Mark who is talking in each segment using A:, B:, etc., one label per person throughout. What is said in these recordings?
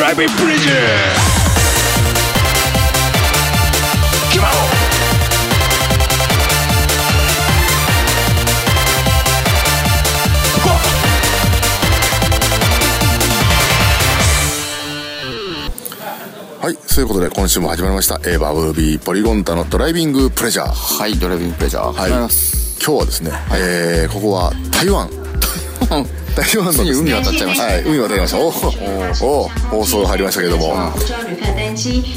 A: Happy Bridges!
B: はい、そういうことで今週も始まりました、えー、バブービーポリゴンタのドライビングプレジャー。
C: はい、ドライビングプレジャー。
B: はい。今日はですね、はい、えー、ここは台湾。
C: 台湾
B: 台湾の、
C: ね、海渡っちゃいました、
B: はい、海渡りました。おお放送入りましたけれども。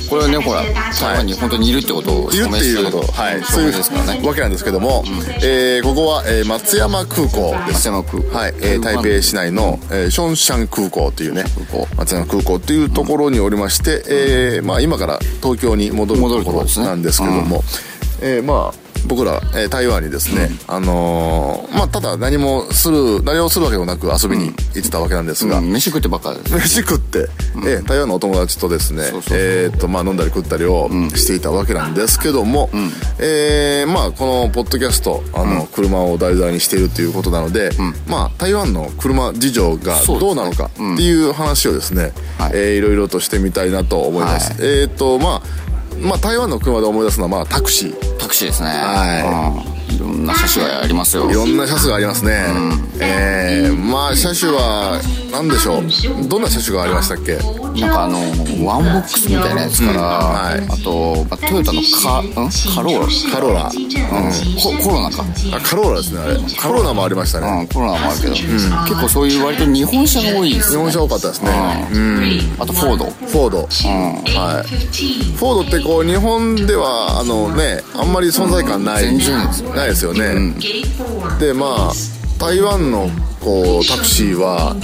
C: これはね、ほら、台湾に本当にいるってことを
B: いるっていうこと、はい、そういうですから、ね、わけなんですけども、うん、えー、ここは、えー、松山空港です。
C: 松山空港。、
B: はい、えー、台北市内の、えー、ションシャン空港というね、空港松山空港というところにおりまして、うん、えー、まあ今から東京に戻るところなんですけども、ね、うん、えー、まあ、僕ら、えー、台湾にですね、うん、あのー、まあただ何もする何をするわけもなく遊びに行ってたわけなんですが、うん
C: 飯食ってばっかです、
B: ね、飯食って、うん、えー、台湾のお友達とですねえっとまあ飲んだり食ったりをしていたわけなんですけども、うん、えー、まあこのポッドキャストあの、車を題材にしているということなので、まあ台湾の車事情がどうなのかっていう話をですね、はいえー、いろいろとしてみたいなと思います、はい、えっとまあまあ、台湾の車で思い出すのは、まあ、タクシー
C: タクシーですねはいいろんな車種がありますよ
B: いろんな車種がありますね、うん、えー、まあ車種は何でしょうどんな車種がありましたっけ
C: なんかあのワンボックスみたいなやつから、うん、はい、あと、まあ、トヨタのカんカロ
B: ラ
C: ー
B: カローラ、
C: うん、ココロナか
B: あカローラですねあれコロナもありましたね、
C: うん、コロナもあるけど、うん、結構そういう割と日本車が多いです、、
B: ね、日本車多かったですね、うん
C: あとフォード
B: フォード、うんはい、フォードってこう日本ではあのねあんまり存在感ない、
C: 全然ですよ
B: ないですよね、うん、でまあ台湾のこうタクシーは、う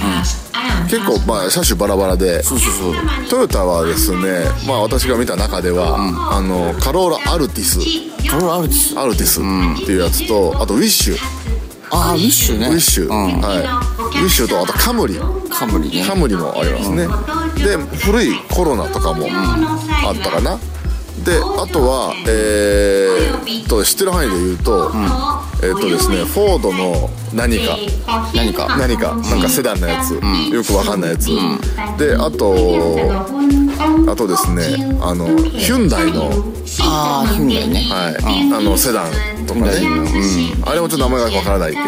B: ん、結構まあ車種バラバラで
C: そうそうそう
B: トヨタはですねまあ私が見た中では、うん、あのカローラアルティス
C: カローラアルティス
B: アルティスっていうやつと、あとウィッシュ
C: ああウィッシュね
B: ウィッシュ、はい、ウィッシュとあとカムリ
C: カムリね
B: カムリもありますね、で古いコロナとかもあったかな、であとはえー、っと知ってる範囲で言うと、うん、えっとですねフォードの何か
C: 何か
B: 何かなんかセダンのやつ、うん、よくわかんないやつ、うん、であとあとですねあのヒュンダイの
C: ああヒュンダイね
B: はいあのセダンとかね、あれもちょっと名前がわからないけど、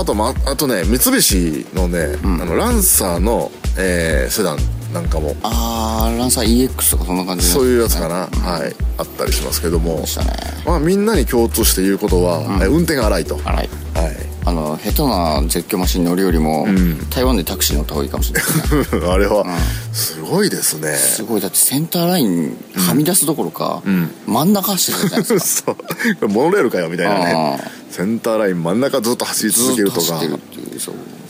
B: あと、ま、あとね三菱のね、あのランサーの、えー、セダンなんかも
C: ああランサー EX とかそんな感じ、
B: ね、そういうやつかな、はいあったりしますけども、ね、まあ、みんなに共通して言うことは、うん、運転が荒いと
C: 荒い、はい、あの下手な絶叫マシン乗るよりも、うん、台湾でタクシー乗った方がいいかもしれ ない、
B: ね、あれは、うん、すごいですね
C: すごいだってセンターラインはみ出すどころか、真ん中走ってたじゃない ですか
B: そうモノレールかよみたいなねセンターライン真ん中ずっと走り続けるとか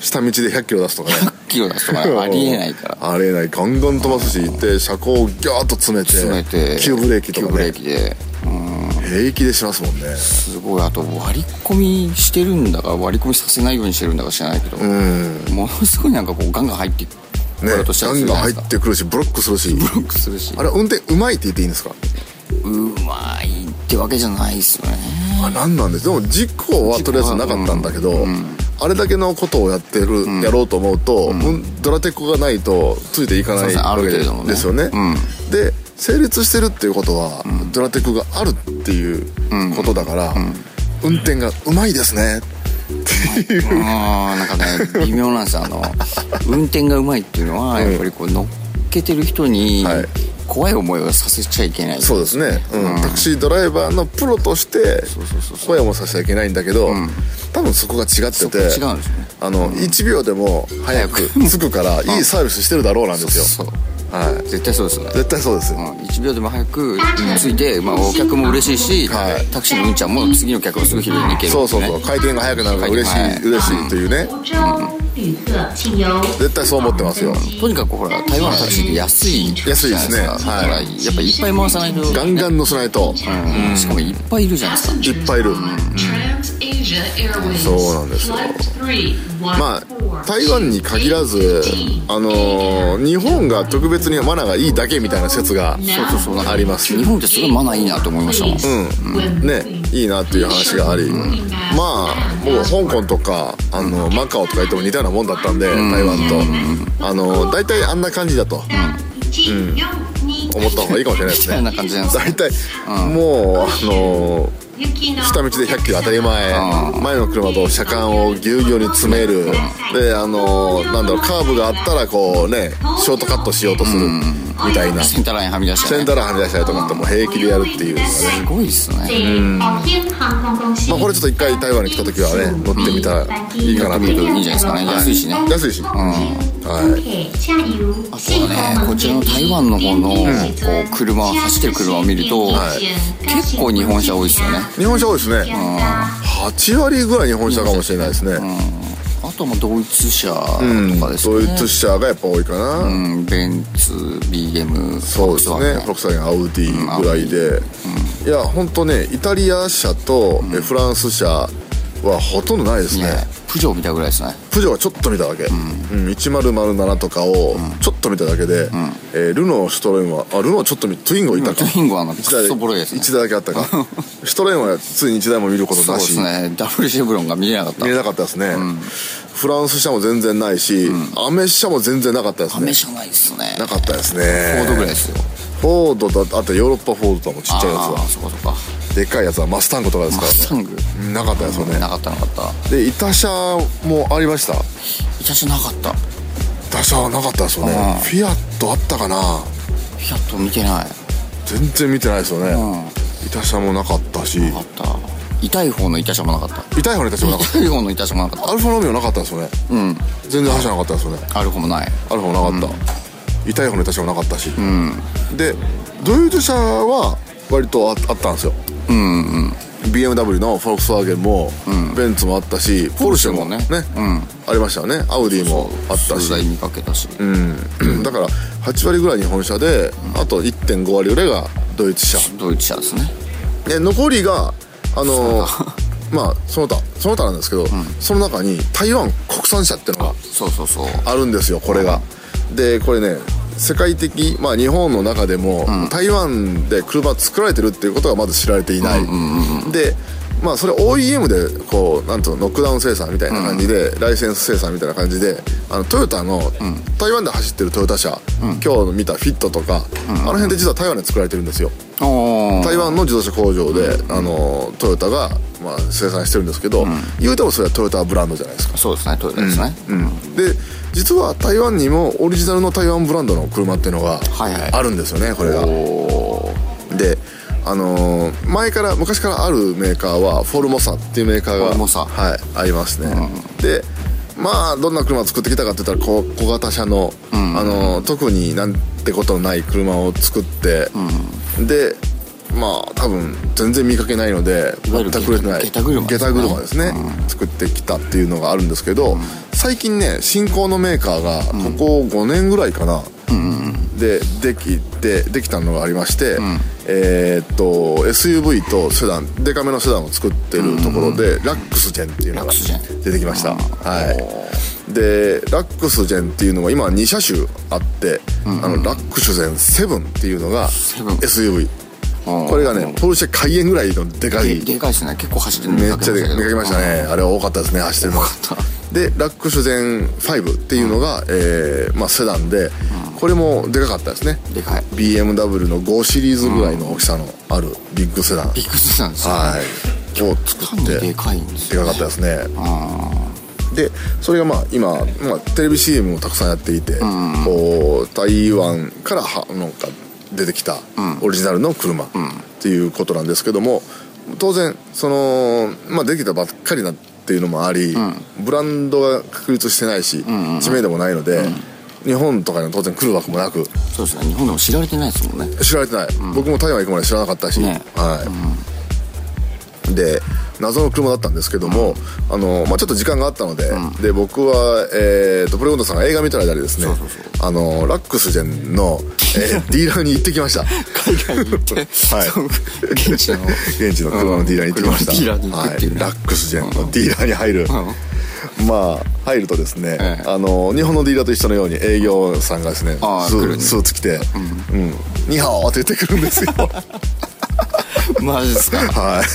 B: 下道で100キロ出すとかね
C: 100キロ出すとかねありえないから
B: ありえないガンガン飛ばすし行って車高をギャーッと詰めて
C: 詰めて
B: 急ブレーキとか、ね、
C: 急ブレーキで
B: 平気でしますもんね
C: すごいあと割り込みしてるんだか割り込みさせないようにしてるんだか知らないけどものすごいなんかこうガンガン入ってく
B: ね、ガンガン入ってくるしブロックするし
C: ブロックするし
B: あれ運転うまいって言っていいんですか
C: うまいってわけじゃないっす ね
B: あ何なんですでも事故はとりあえずなかったんだけど、あれだけのことをやってる、うん、やろうと思うと、うん、ドラテコがないとついていかないわけですよね。ねねうん、で成立してるっていうことは、ドラテコがあるっていうことだから、運転がうまいですねっていう。
C: あなんかね微妙なんですよあの運転がうまいっていうのはやっぱりこう乗っけてる人に、はい、怖い思いをさせちゃいけない
B: そうですね、うんタクシードライバーのプロとして声もさせちゃいけないんだけど、多分そこが違ってて
C: 違うんですね
B: あの、1秒でも早く着く からいいサービスしてるだろうなんですよそう
C: はい、絶対そうですよね
B: 絶対そうですよ、
C: 1秒でも早く着いて、まあ、お客も嬉しいし、タクシーのうんちゃんも次の客をすぐ拾いに行ける、
B: そうそうそう回転が早くなるから嬉しい、嬉しいというね、絶対そう思ってますよ
C: とにかくほら台湾のタクシーって安い
B: 安いですね
C: はい、やっぱいっぱい回さないと、
B: ガンガン乗せないと、
C: しかもいっぱいいるじゃないですか
B: いっぱいいる、そうなんですよまあ台湾に限らずあのー日本が特別にマナーがいいだけみたいな説が
C: そうそうそう
B: あります
C: 日本ってすごいマナーいいなと思いましたもん
B: うんねいいなっていう話があり、まあ僕香港とかあのマカオとか行っても似たようなもんだったんで、台湾と、あの大体あんな感じだと、思った方がいいかもしれないです
C: みたい
B: ね
C: な感じなんです
B: 大体、もうあの下道で100キロ当たり前前の車と車間をぎゅうぎゅうに詰めるであのなんだろうカーブがあったらこうねショートカットしようとするみたいな
C: センターラインはみ出して、
B: セ
C: ね、
B: ンターラインはみ出したりとかってもう平気でやるっていうのがね
C: すごいですね
B: まあ、これちょっと一回台湾に来た時はね乗ってみたらいいかなと
C: 見るといいんじゃないですかね安いしね、
B: はい安いし、
A: はい、あとはねこちらの台湾の方の、こう車走ってる車を見ると、
C: はい
A: 結構日本車多いですよね、
B: 日本車多いですね8割ぐらい日本車かもしれないですね
C: あともドイツ車と
B: うん
C: かですね、
B: ドイツ車がやっぱ多いかな、
C: うんベンツ BM
B: そうです
C: フォルクスワ
B: ね国際
C: ー
B: アウディぐらいで、いや本当ねイタリア車とえフランス車はほとんどないです
C: グ
B: ね、
C: ねプジョーみたいなぐらいですね
B: プジョーはちょっと見ただけ、うん1007とかをちょっと見ただけで、えールノーシュトロエンはあルノーちょっと見トゥインゴいたか、
C: トゥインゴはあの
B: 一台
C: クソボロいやつね
B: 一台だけあった かシュトロエンはついに1台も見ること
C: そう
B: な
C: で
B: し
C: すねダブルシェブロンが見えなかった
B: 見れなかったですね、フランス車も全然ないし、アメ車も全然なかったです
C: アメ
B: ね
C: 車ないっすね
B: なかったですね
C: フォードぐらいですよ
B: フォードだあとヨーロッパフォードとはもうちっちゃいやつ
C: あ
B: は
C: あそこそこ
B: でっかいやつはマスタングとかです
C: マ
B: からね
C: スタング
B: なかったですよね
C: なかったなかった
B: でイタ車もありましたイ
C: イタ車なかった
B: タ車はなかったですよね
C: あー
B: フィアットあったかな
C: フィアット見てない
B: 全然見てないですよね、イタ車もなかったし
C: なかった痛い方のイタ車もなかった
B: 痛い方のイタ車もなかっ
C: 痛い方のイタ車もなかった
B: アルファロメオなかったですよね、全然走らなかったですよね
C: たある方もない
B: アルファもなかった、痛い方のイタ車もなかったし、でドイツ車は割とああったんですよ BMW のフォルクスワーゲンも、ベンツもあったしポルシェも
C: ポル
B: ね
C: シェもね
B: ありましたよねアウディもあったし
C: 数台見かけたし、
B: うんだから8割ぐらい日本車であと1.5割ぐらいがドイツ車
C: ドイツ車ですね
B: で残りがあのー まあその他その他なんですけど、その中に台湾国産車ってのが
C: そうそうそう
B: あるんですよこれがでこれね世界的、まあ、日本の中でも、台湾で車作られてるっていうことがまず知られていない、でまあそれ OEM でこうなんとノックダウン生産みたいな感じで、ライセンス生産みたいな感じであのトヨタの、台湾で走ってるトヨタ車、今日見たフィットとか、あの辺で実は台湾で作られてるんですよ、
C: おー
B: 台湾の自動車工場で、あのトヨタが、まあ、生産してるんですけど、言うてもそれはトヨタブランドじゃないですか
C: そうですねトヨタですね、
B: うんで実は台湾にもオリジナルの台湾ブランドの車っていうのが
C: はいはい
B: あるんですよね、これがであのー前から昔からあるメーカーはフォルモサっていうメーカーが
C: フォルモサ
B: はい、ありますね、でまあどんな車を作ってきたかって言ったら小小型車の、あのー特になんてことのない車を作って、でまあ多分全然見かけないので
C: いわゆる
B: 全く売れてない
C: 下駄車ですね
B: 下駄車ですね、作ってきたっていうのがあるんですけど、最近ね新興のメーカーがここ5年ぐらいかな、でできてできたのがありまして、えーっと SUV とセダンデカめのセダンを作ってるところで、ラックスジェンっていうのが
C: ラックスジェ
B: 出てきました、はいでラックスジェンっていうのは今2車種あって、あのラックスジェン7っていうのが
C: ブン
B: SUV
C: うん
B: これがねポルシェ開園ぐらいのでか
C: で
B: い
C: でかいですね結構走ってるの
B: めっちゃ
C: 見
B: で
C: かけ
B: 見かけましたねあれは多かったですね走ってるのが
C: 多かっ
B: でラック主前5っていうのが、えーまあ、セダンで、これもでかかったですね
C: でかい
B: BMW の5シリーズぐらいの大きさのあるビッグセダン、
C: ビッグスなんですよ
B: はいを作
C: 単
B: っ
C: に
B: て
C: でかいんです
B: で
C: よ
B: かかったですねでそれがまあ今、まあ、テレビ CM もたくさんやっていて、こう台湾からはなんか出てきたオリジナルの車っていうことなんですけども当然その、まあ、できたばっかりなっていうのもあり、ブランドが確立してないし、知名度もないので、日本とかにも当然来るわけもなく
C: そうですね日本でも知られてないですもんね
B: 知られてない、僕も台湾行くまで知らなかったし、
C: ね
B: はい、で謎の車だったんですけども、あのまあ、ちょっと時間があったので,、で僕は、えー、とプレゴンドさんが映画見てる間にですねあのラックスジェンの、えー、ディーラーに行ってき ました
C: 海外に行って、
B: はい
C: その現地の
B: 現地の車のディーラーに行ってきました、
C: うん車のディーラーに行くっていうね
B: はい、ラックスジェンのディーラーに入る、まあ入るとですね、
C: ええ
B: あの日本のディーラーと一緒のように営業さんがですねス
C: ああ来る
B: ー
C: ね
B: スーツ着て「うん、ニーハオ!」って言ってくるんですよ
C: マジですか
B: はい、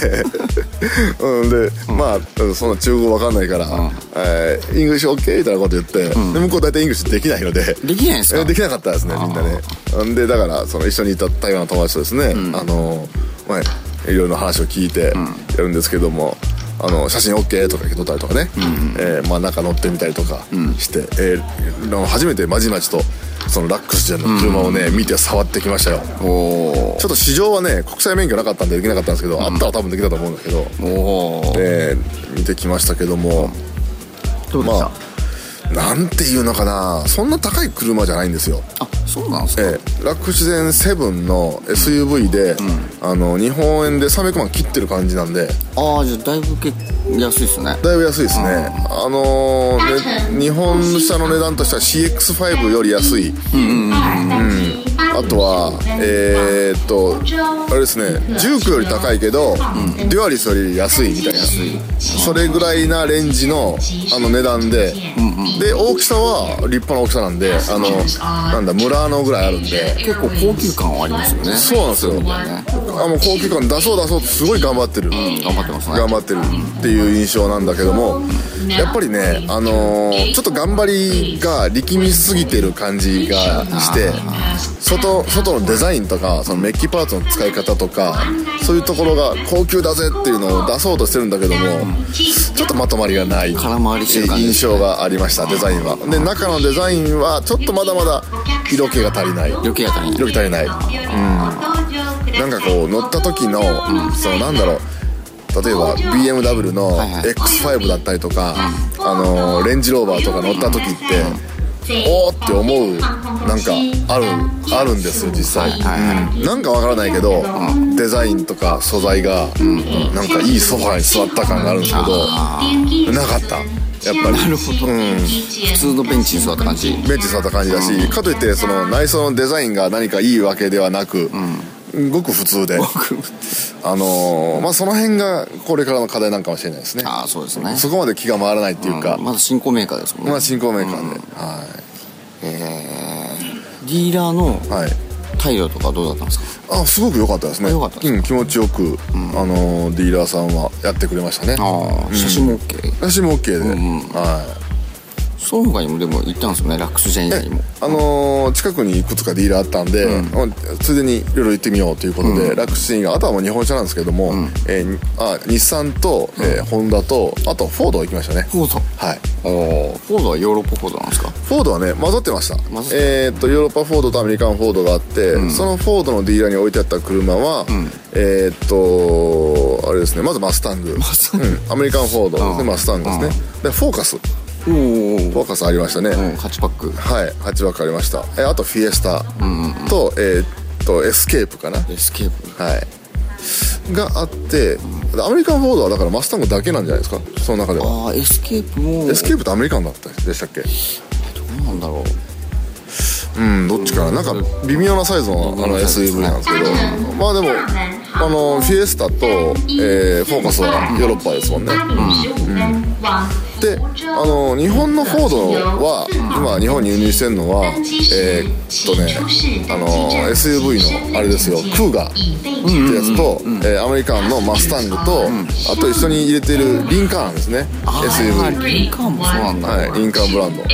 B: うん、で、まあその中国語わかんないから「えーイングリッシュ OK」みたいなこと言って、で向こう大体イングリッシュできないので
C: できないんです
B: え
C: か
B: できなかったですねみんなねうんでだからその一緒にいた台湾の友達とですね、あのまあいろいろな話を聞いてやるんですけども、あの写真 OK とか撮ったりとかね、えーまあ、中乗ってみたりとかして、えーでも初めてまじまじとそのラックスちゃんの車をね、見て触ってきましたよ
C: おお
B: ちょっと市場はね国際免許なかったんでできなかったんですけど、あったら多分できたと思うんですけど、
C: ーおー
B: えー見てきましたけども、
C: どうでした
B: まあなんていうのかなそんな高い車じゃないんですよ
C: あそうなんですか
B: ええ、ラック自然セブンの SUV で、あの日本円で300万切ってる感じなんで
C: ああじゃあだいぶけ安いっすね
B: だいぶ安いですねあのーね日本車の値段としては CX5 より安いあとはえーっとあれですね19より高いけど、デュアリスより安いみたいなそれぐらいなレンジのあの値段で、で大きさは立派な大きさなんであのなんだ村のぐらいあるんで
C: 結構高級感はありますよね
B: そうなんですよ
C: ね
B: あもう高級感出そう出そうってすごい頑張ってる、
C: 頑張ってますね
B: 頑張ってるっていう印象なんだけどもやっぱりね、あのーちょっと頑張りが力みすぎてる感じがして外外のデザインとかそのメッキパーツの使い方とかそういうところが高級だぜっていうのを出そうとしてるんだけどもちょっとまとまりがない
C: 空回りしてる感じ
B: 印象がありましたデザインはで中のデザインはちょっとまだまだ色気が足りない
C: 余計やったらいい
B: 色気足りないなんかこう乗った時の、そのなんだろう例えば BMW の
C: はいはい
B: X5 だったりとか、あのーレンジローバーとか乗った時って、おーって思うなんかあるあるんですよ実際、うんなんかわからないけど、デザインとか素材が、なんかいいソファーに座った感があるんですけどなかったやっぱり
C: なるほど、普通のベンチに座った感じ
B: ベンチに座った感じだし、かといってその内装のデザインが何かいいわけではなく、ごく普通であのーまあその辺がこれからの課題なんかもしれないですね
C: ああそうですね
B: そこまで気が回らないっていうか、
C: まだ新興メーカーですもんね、
B: まあ新興メーカーで、は
C: ディーラーの
B: い、はい、
C: 態度とかどうだったんですか
B: あすごく良かったですね
C: あ良かったです
B: うん、気持ちよく、あのーディーラーさんはやってくれましたね
C: ああ写真も OK、
B: 私も OK で、はい
C: その他にもでも行ったんですよねラックスジェン以外にも
B: あのー近くにいくつかディーラーあったんで、まあついでにいろいろ行ってみようということで、ラックスシーンがあとはもう日本車なんですけども、えーにあ日産と、えーホンダとあとフォード行きましたね、
C: フォー
B: はい
C: ドおーフォードはヨーロッパフォードなんですか
B: フォードはね混ざってました
C: 混ざって
B: えーっとヨーロッパフォードとアメリカンフォードがあって、そのフォードのディーラーに置いてあった車は、えーっとあれですねまずマスタング
C: スタング
B: うんアメリカンフォード
C: うん
B: でマスタングですねでフォーカスフ
C: お
B: ォーカスありましたね、
C: お8パック
B: はい8枠ありましたえあとフィエスタと,、えーっとエスケープかな
C: エスケープ
B: はいがあってでアメリカンフォードはだからマスタングだけなんじゃないですかその中では
C: ああエスケープも
B: エスケープってアメリカンだったでしたっけ
C: どうなんだろう
B: うんどっちかななんか微妙なサイズのあの
C: 微妙なサイズ
B: SUV なんですけどまあでもあのフィエスタと、えーフォーカスはヨーロッパですもんねであの日本のフォードは今日本に輸入してるのはえーっとねあの SUV のあれですよクーガーってやつと、えーアメリカンのマスタングと、あと一緒に入れてるリンカーンですね
C: ああ
B: SUV
C: リンカーンもそうなんだ、
B: はいリンカーンブランドっ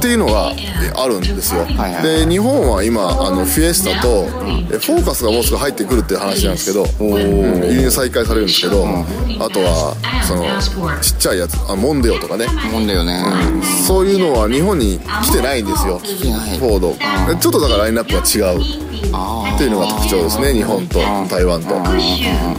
B: ていうのがえあるんですよ、
C: はいはい
B: で日本は今あのフィエスタと、えフォーカスがもうすぐ入ってくるっていう話なんですけど、うん輸入再開されるんですけど、あとはそのちっちゃいやつあモンデオとかね
C: もんだよね、
B: そういうのは日本に来てないんですよフ
C: てない
B: ォードでちょっとだからラインナップが違うっていうのが特徴ですね日本と台湾と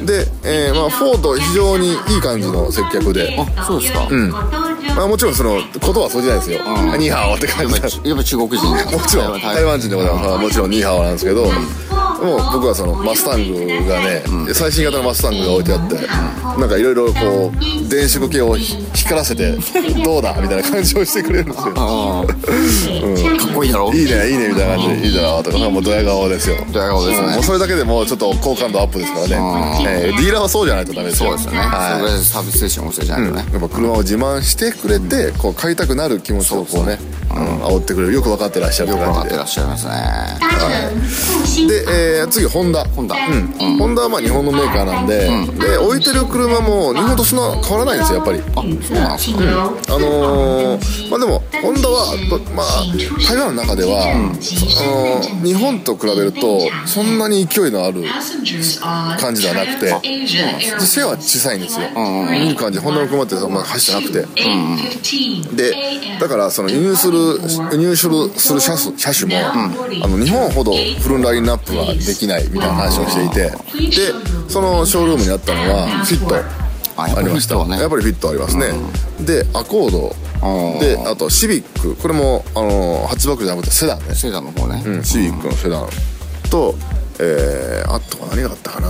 B: で、えーまあ、フォード非常にいい感じの接客で
C: あそうですか、
B: うんまあ、もちろんその言葉はそうじゃないですよ「ニーハオ」って感じなんです
C: やっぱ中国人
B: もちろん台湾人でございます、もちろんニーハオなんですけど、もう僕はそのマスタングがね、最新型のマスタングが置いてあって、なんかいろいろこう電子部系を光らせてどうだみたいな感じをしてくれるんですよ、
C: かっこいいだろ
B: いいねいいねみたいな感じでいいだろとかもうドヤ顔ですよ
C: ドヤ顔ですね
B: もうそれだけでもうちょっと好感度アップですからね、えーディーラーはそうじゃないとダメです
C: そ
B: よ
C: うですよね、それぐ
B: は
C: らいサービス精神旺盛じゃ
B: い、
C: ない
B: うん
C: と
B: や
C: ね、
B: っぱ車を自慢してくれて、こう買いたくなる気持ちをこうね、うん煽ってくれるよく分かってらっしゃる
C: よく分か
B: 感
C: っ
B: じ
C: て
B: で
C: らっしゃいますね
B: で、えー次ホンダホン
C: ダ
B: うんホンダはまあ日本のメーカーなんで、で置いてる車も日本とそんな変わらないんですよやっぱり
C: そうなんですか
B: あのーまあでもホンダはどまあ台湾の中では、あのー日本と比べるとそんなに勢いのある
D: 感じではなくて
B: あ
D: で
B: 背
D: 背
B: は
D: は
B: 小
D: 小
B: さ
D: さ
B: い
D: い
B: ん
D: ん
B: で
D: ですす
B: よ
D: よ、
B: 見
D: 見
B: る感
D: る感
B: じ
D: じ
B: ホ
D: ホ
B: ン
D: ン
B: ダ
D: ダ
B: の
D: の
B: 車
D: 車
B: っ
D: ってて
B: あ
D: あ
B: ん
D: ん
B: ま
D: ま
B: り走っなくてで
D: り走っててなくて、
B: だ
D: でだ
B: か
D: からら
B: そ
D: そ
B: の
D: の
B: 輸
D: 輸
B: 入
D: 入
B: す
D: す
B: る
D: る
B: 輸
D: 輸
B: 入
D: 入
B: す
D: す
B: る
D: る
B: 輸
D: 輸
B: 入
D: 入
B: す
D: す
B: る
D: る
B: す
D: す
B: る
D: る
B: 車
D: 車
B: 種
D: 種
B: も、
D: も、
B: あ
D: あ
B: の
D: の
B: 日
D: 日
B: 本
D: 本
B: ほ
D: ほ
B: ど
D: ど
B: フ
D: フ
B: ル
D: ル
B: ラ
D: ラ
B: イ
D: イ
B: ン
D: ン
B: ナ
D: ナ
B: ッ
D: ッ
B: プ
D: プ
B: は
D: は
B: で
D: で
B: き
D: き
B: な
D: ないい
B: み
D: み
B: た
D: た
B: い
D: い
B: な
D: な
B: 話
D: 話
B: を
D: を
B: し
D: してて
B: い
D: い
B: て
D: て
B: でそのショールームにあったのはフィット
C: あやっぱ
B: あり
C: りフ
B: ま
C: ィ
B: し
C: ッ
B: た
C: トはね
B: やっぱりフィットありますね、でアコー
C: あ
B: ド
C: ー
B: であとシビックこれもあのハッチバックじゃなくてセダンね
C: セダンの方ね、
B: うん、シビックのセダンと、えー、あとは何があったかな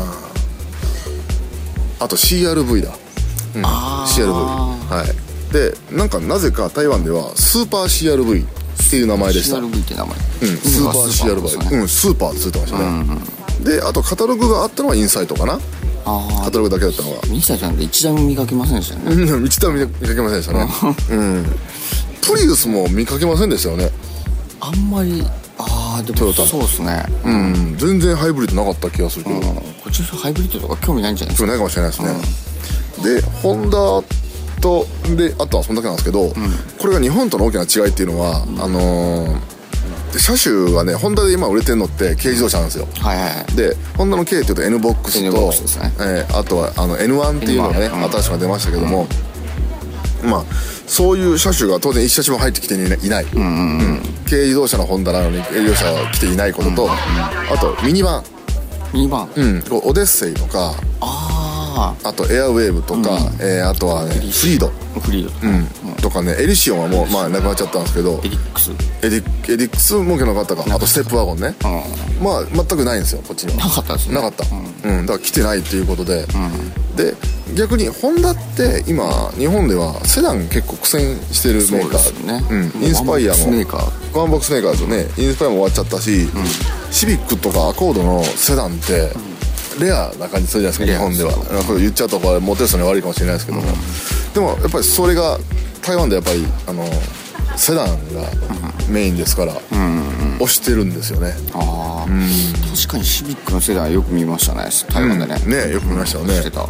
B: あと CRV だ、うん、CRV はいでなんかなぜか台湾ではスーパー CRV っていう名前でした
C: CRV って名前、
B: うん、スーパー CRV
C: ですね、
B: うんスーパーついてましたね、であとカタログがあったのはインサイトかな
C: あ
B: カタログだけだったのが
C: あミサちゃんって一台も見かけませんでしたよね、
B: うん一度は見か見かけませんでしたねうんプリウスも見かけませんでしたよね
C: あんまりああで
B: トヨ
C: も
B: タ
C: そうですね
B: う、ん全然ハイブリッドなかった気がするけど、
C: うんこっちの人ハイブリッドとか興味ないんじゃないです
B: 少
C: か
B: ないかもしれないですね、でホンダとであとはそんだけなんですけど、これが日本との大きな違いっていうのは、あのーで車種がねホンダで今売れてるのって軽自動車なんですよ
C: はいはいはい
B: でホンダの K っていうと N ボックスと
C: N ボックスですね
B: えーあとはあの N1 っていうのがね
C: N1 うん
B: 新しく出ましたけども、まあそういう車種が当然一車種も入ってきていない、うん軽自動車のホンダなのに軽自動車が来ていないことと、あとミニバン、
C: 2番、
B: うん、こうオデッセイとか
C: あ
B: あとエアウェーブとか、えーあとはねフリード、
C: あフリード、
B: うんとかねエリシオンはもうまあなくなっちゃったんですけど
C: エリックス
B: エディエディックスもけなかったかあとステップワゴンね、まあ全くないんですよこっちには
C: なかったですね
B: なかった、うんだから来てないっていうことで、で逆にホンダって今日本ではセダン結構苦戦してるメーカー
C: そうですよね
B: うん、インスパイアも
C: ワンボックスメーカ
B: ワンボックスメーカーですよねインスパイアも終わっちゃったし、シビックとかアコードのセダンってレアな感じするじゃないですか日本ではなんかこれ言っちゃうとこれモテる人に悪いかもしれないですけども、でもやっぱりそれが台湾でやっぱりあのセダンがメインですから、押してるんですよね、
C: ああ確かにシビックのセダンよく見ましたね台湾でね、
B: ねよく見ましたよね、
C: してた
B: は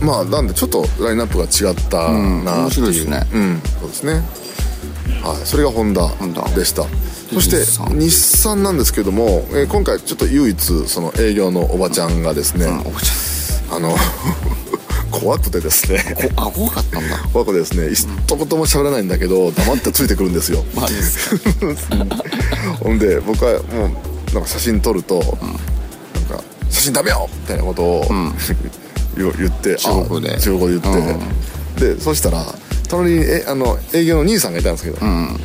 B: いまあなんでちょっとラインナップが違ったなっていう、
C: 面白いですね
B: うんそうですねはいそれがホンダ
C: ンダ
B: でしたそして
C: 日産
B: 日産なんですけども、えー今回ちょっと唯一その営業のおばちゃんがですね、
C: おばちゃ
B: あの 怖くてですね
C: んこあ怖かったんだ
B: 怖くてですね一言も喋らないんだけど黙ってついてくるんですよ
C: マジですか
B: ほんで僕はもうなんか写真撮ると、なんか「写真ダメよ!」みたいなことを、 言う言って
C: 中国語で
B: あ中国語で言って、でそしたら隣にえあの営業の兄さんがいたんですけど、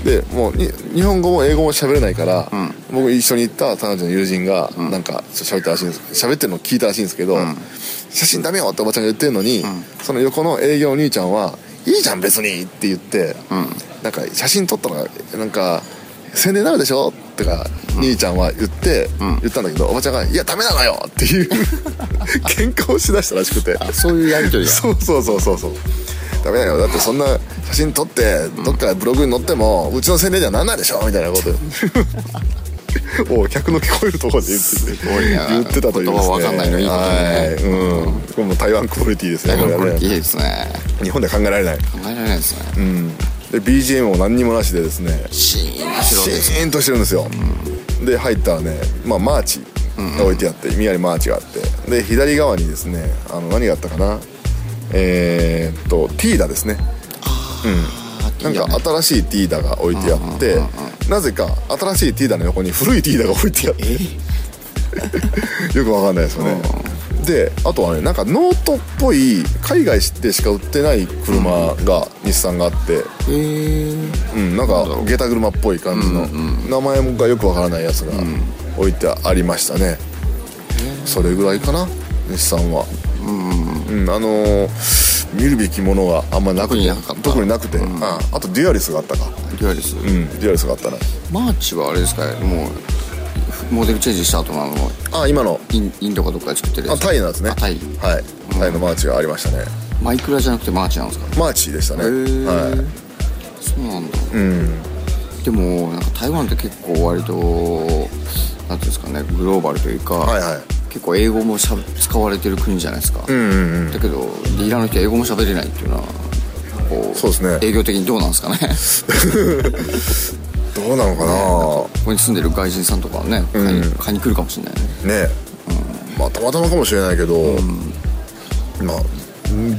B: でもうに日本語も英語も喋れないから、僕一緒に行った彼女の友人が、なんかちょっと喋ったらしいんです喋ってるのを聞いたらしいんですけど、写真ダメよっておばちゃんが言ってるのに、その横の営業の兄ちゃんは「いいじゃん別に」って言って、なんか写真撮ったのがなんか宣伝になるでしょとか、兄ちゃんは言って、言ったんだけどおばちゃんが「いやダメなのよ!」って いう喧嘩をしだしたらしくて
C: そういうやりとりだ
B: そうそうそうそうそうダメだよだってそんな写真撮ってどっかブログに載っても、うちの宣伝じゃなんないでしょみたいな ことを客の聞こえるところで言ってて
C: いな
B: 言ってたという
C: 言葉わかんないのいいことにね
B: はいうんこれも台湾クオリティですねこれはね
C: いいですね
B: 日本では考えられない、
C: 考えられないですね、
B: うん、で BGM も何にもなしでですね
C: シーン後ろです
B: シーンとしてるんですよ、で入ったらね、まあ、マーチが置いてあって、宮城マーチがあってで左側にですねあの何があったかなえーっとティーダですねなんか新しいティーダが置いてあってなぜか新しいティーダの横に古いティーダが置いてあって よくわかんないですよねであとはねなんかノートっぽい海外でしか売ってない車が日産があって
C: えー、
B: うん、なんか下駄車っぽい感じの、名前がよくわからないやつが置いてありましたねそれぐらいかな日産はうん、あのー見るべきものがあんまなく
C: 特に
B: て
C: なかった
B: 特になくて、ああとデュアリスがあったか
C: デュアリス、
B: うんデュアリスがあったね
C: マーチはあれですかねもうモデルチェンジした後のあの
B: あ今の
C: インインドかどっかで作ってる
B: あ
C: やつ
B: タイのやつね
C: あタイ
B: はい、タイのマーチがありましたね
C: マイクラじゃなくてマーチなんですか
B: マーチでしたね
C: へー
B: は
C: そうなんだ
B: いうん
C: でもなんか台湾って結構割となんていうんですかねグローバルというか、
B: はいはい
C: 結構英語もしゃべ使われてる国じゃないですか、
B: うんうんうん
C: だけどディーラーの人は英語も喋れないっていうのはこう
B: そうですね
C: 営業的にどうなんですか ね
B: どうなのか
C: ここに住んでる外人さんとかはね買い,、買いに来るかもしれないね
B: なねまあたまたまかもしれないけど、まあ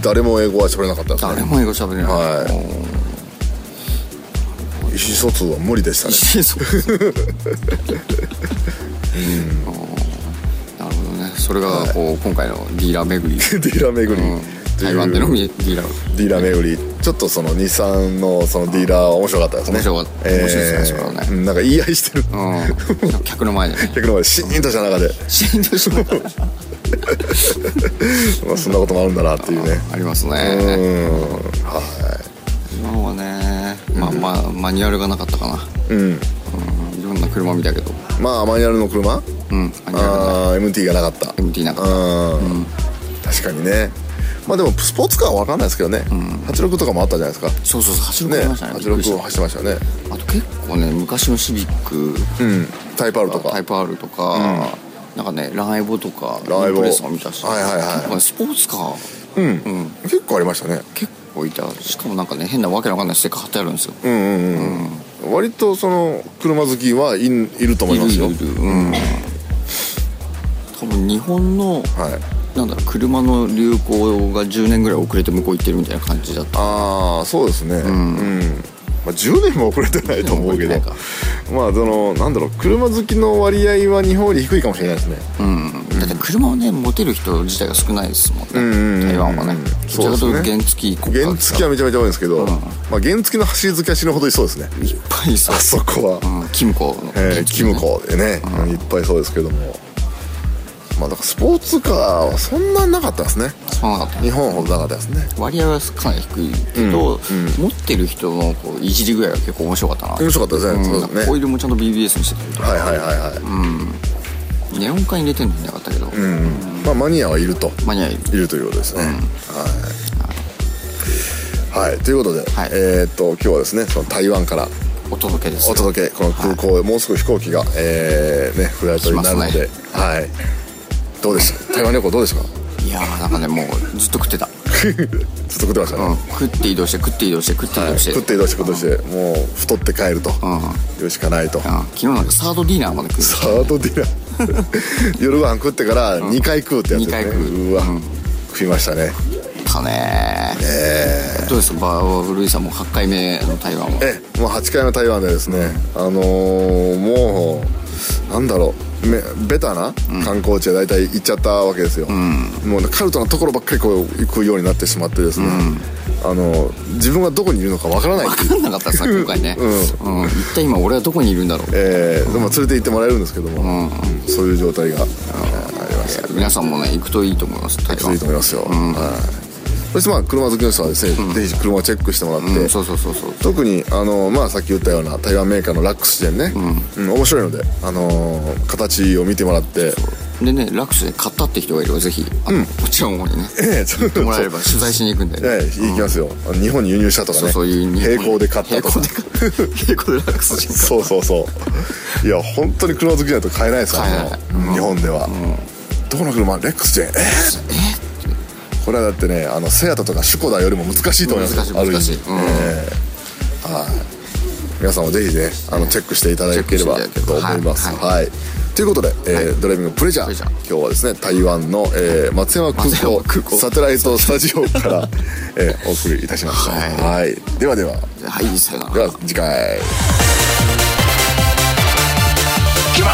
B: 誰も英語は喋れなかったですね
C: 誰も英語喋れない、
B: はい
C: もう
B: 意思疎通は無理でしたね
C: そうですねなるほどねそれがこう、今回のディーラー巡 り
B: ディーラー巡り、という
C: 台湾でのディーラー
B: ディーラー巡りちょっとその日産のそのディーラーは面白かったですね
C: 面白かった面白いですねそれはね
B: うんなんか言い合いしてる、
C: うん 客の前でね
B: 客の前でシーンとした中 で、
C: しんどいしまった
B: まあ、そんなこともあるんだなっていうね
C: あります
B: う
C: ね
B: んは
C: 今はねまあまあマニュアルがなかったかない
B: うん
C: いろんな車見たけど
B: まあマニュアルの車
C: うんマニュアルが
B: あー MT がなかった
C: MT なかった
B: うん確かにねまあでもスポーツカーは分かんないですけどね、86とかもあったじゃないですか
C: そうそうそう走る
B: ね
C: 車ありましたねびっくり
B: 86を
C: し
B: 走ってましたよね
C: たあと結構ね昔のシビック
B: うんタイプ R とか
C: タイプ R とかなんかねランエボとか
B: ランエボ
C: インプレッサーも見たし
B: はいはいはい
C: 結構ねスポーツカー
B: うん、結構ありましたね
C: 結構いたしかもなんかね変なわけのわかんないステッカー貼ってあるんですよ
B: うんうんうん割とその車好きはいいると思いますよ
C: いるいるうん多分日本の
B: はい
C: なんだろう車の流行が10年ぐらい遅れて向こう行ってるみたいな感じだった
B: ああそうですねうん、まあ、10年も遅れてないと思うけど
C: 10年も遅
B: まあそのなんだろう車好きの割合は日本より低いかもしれないですね
C: うんだって車をね持てる人自体が少ないですもんね、
B: んうんうん
C: 台湾はねどち
B: そ
C: ら
B: うで
C: か
B: す
C: と
B: ね
C: いうと原付き
B: 原付きはめちゃめちゃ多いんですけど、まあ、原付きの走り好きは死ぬほどいそうですね
C: いっぱいさ
B: あ、そこは、
C: うん、キムコの原
B: えー
C: 付
B: キ
C: ね
B: ムコでね、いっぱいそうですけどもまあだからスポーツカーはそんなになかったですね
C: そうなかった
B: 日本ほどなかったですね
C: 割合はかなり低いけど、持ってる人のこういじり具合が結構面白かったな、
B: 面白かったですね、
C: うん
B: そうです
C: ホ
B: ね
C: イールもちゃんと BBS にしてたりとか
B: はいはいはいはい、
C: ネオン化に入れてるのじゃなかったけど、
B: うんまあ、マニアはいると
C: マニアいる
B: いるということですね、はい、はい、ということで、
C: はい
B: えーっと今日はですねその台湾から
C: お届けです
B: お届けこの空港へ、もうすぐ飛行機が、えーね、フライトになるので、
C: 来
B: はいどうでした台湾旅行どうでしたか
C: いやーなんかねもうずっと食ってた、
B: ずっと食ってましたね、
C: うん、食って移動して食って移動して食って移動して、
B: 食って移動して食って移動してもう太って帰ると
C: うん
B: いうしかないと、
C: うん昨日なんかサードディナーまで食う
B: サードディナ ー夜ご飯食ってから2回食うってやつですね、
C: 二回食う
B: うわ、
C: うん
B: 食いましたね
C: たねどうですかバールイさんも8回目の台湾は
B: ええもう8回目台湾でですね、あのーもうなんだろうめベタな観光地へ大体行っちゃったわけですよ、もうねカルトなところばっかりこう行くようになってしまってですね、あの自分がどこにいるのかわからないっていう
C: 分かんなかったですね今回ね、うん一体今俺はどこにいるんだろう
B: ええでも連れて行ってもらえるんですけども、うんそういう状態が、ええありました
C: 皆さんもね行くといいと思います台
B: きついと思いますよ、はい、そしてまあ車好きの人はですね、ぜひ車をチェックしてもらって、
C: うんそうそうそうそう
B: 特にあの、まあ、さっき言ったような台湾メーカーのラックス店ね、うん面白いので、あのー形を見てもらって
C: でねラクスで買ったって人がいればぜひあの、こちらの方にね
B: ええちょっと
C: 行ってもらえれば取材しに行くんで、
B: ええ行きますよ、あの日本に輸入したとかね
C: そうそういう日本
B: 並行で買ったとか
C: 並行で 買った並行でラクスしに買っ
B: そうそうそういや本当に車好きじゃないと買えないですか
C: 買え
B: ら
C: ない
B: ね日本では、どこの車レックスチェーンえーこれはだってねあのセアタとかシュコダよりも難しいと思いま
C: 難
B: す
C: しい
B: よある意
C: 難し
B: 味
C: いうん
B: えーはい皆さんもぜひねあのチェックしていただければ
C: チェックしてい
B: と
C: ただければ
B: 思います
C: はい
B: はいということで、えードライビングプレジャー
C: プレジャー
B: 今日はですね台湾の、えー松山空
C: 松
B: 港
C: 山空港
B: サテライトスタジオから、えーお送りいたしました、
C: は
B: はい、ではでは
C: てはいさよなら
B: では次回
E: キモ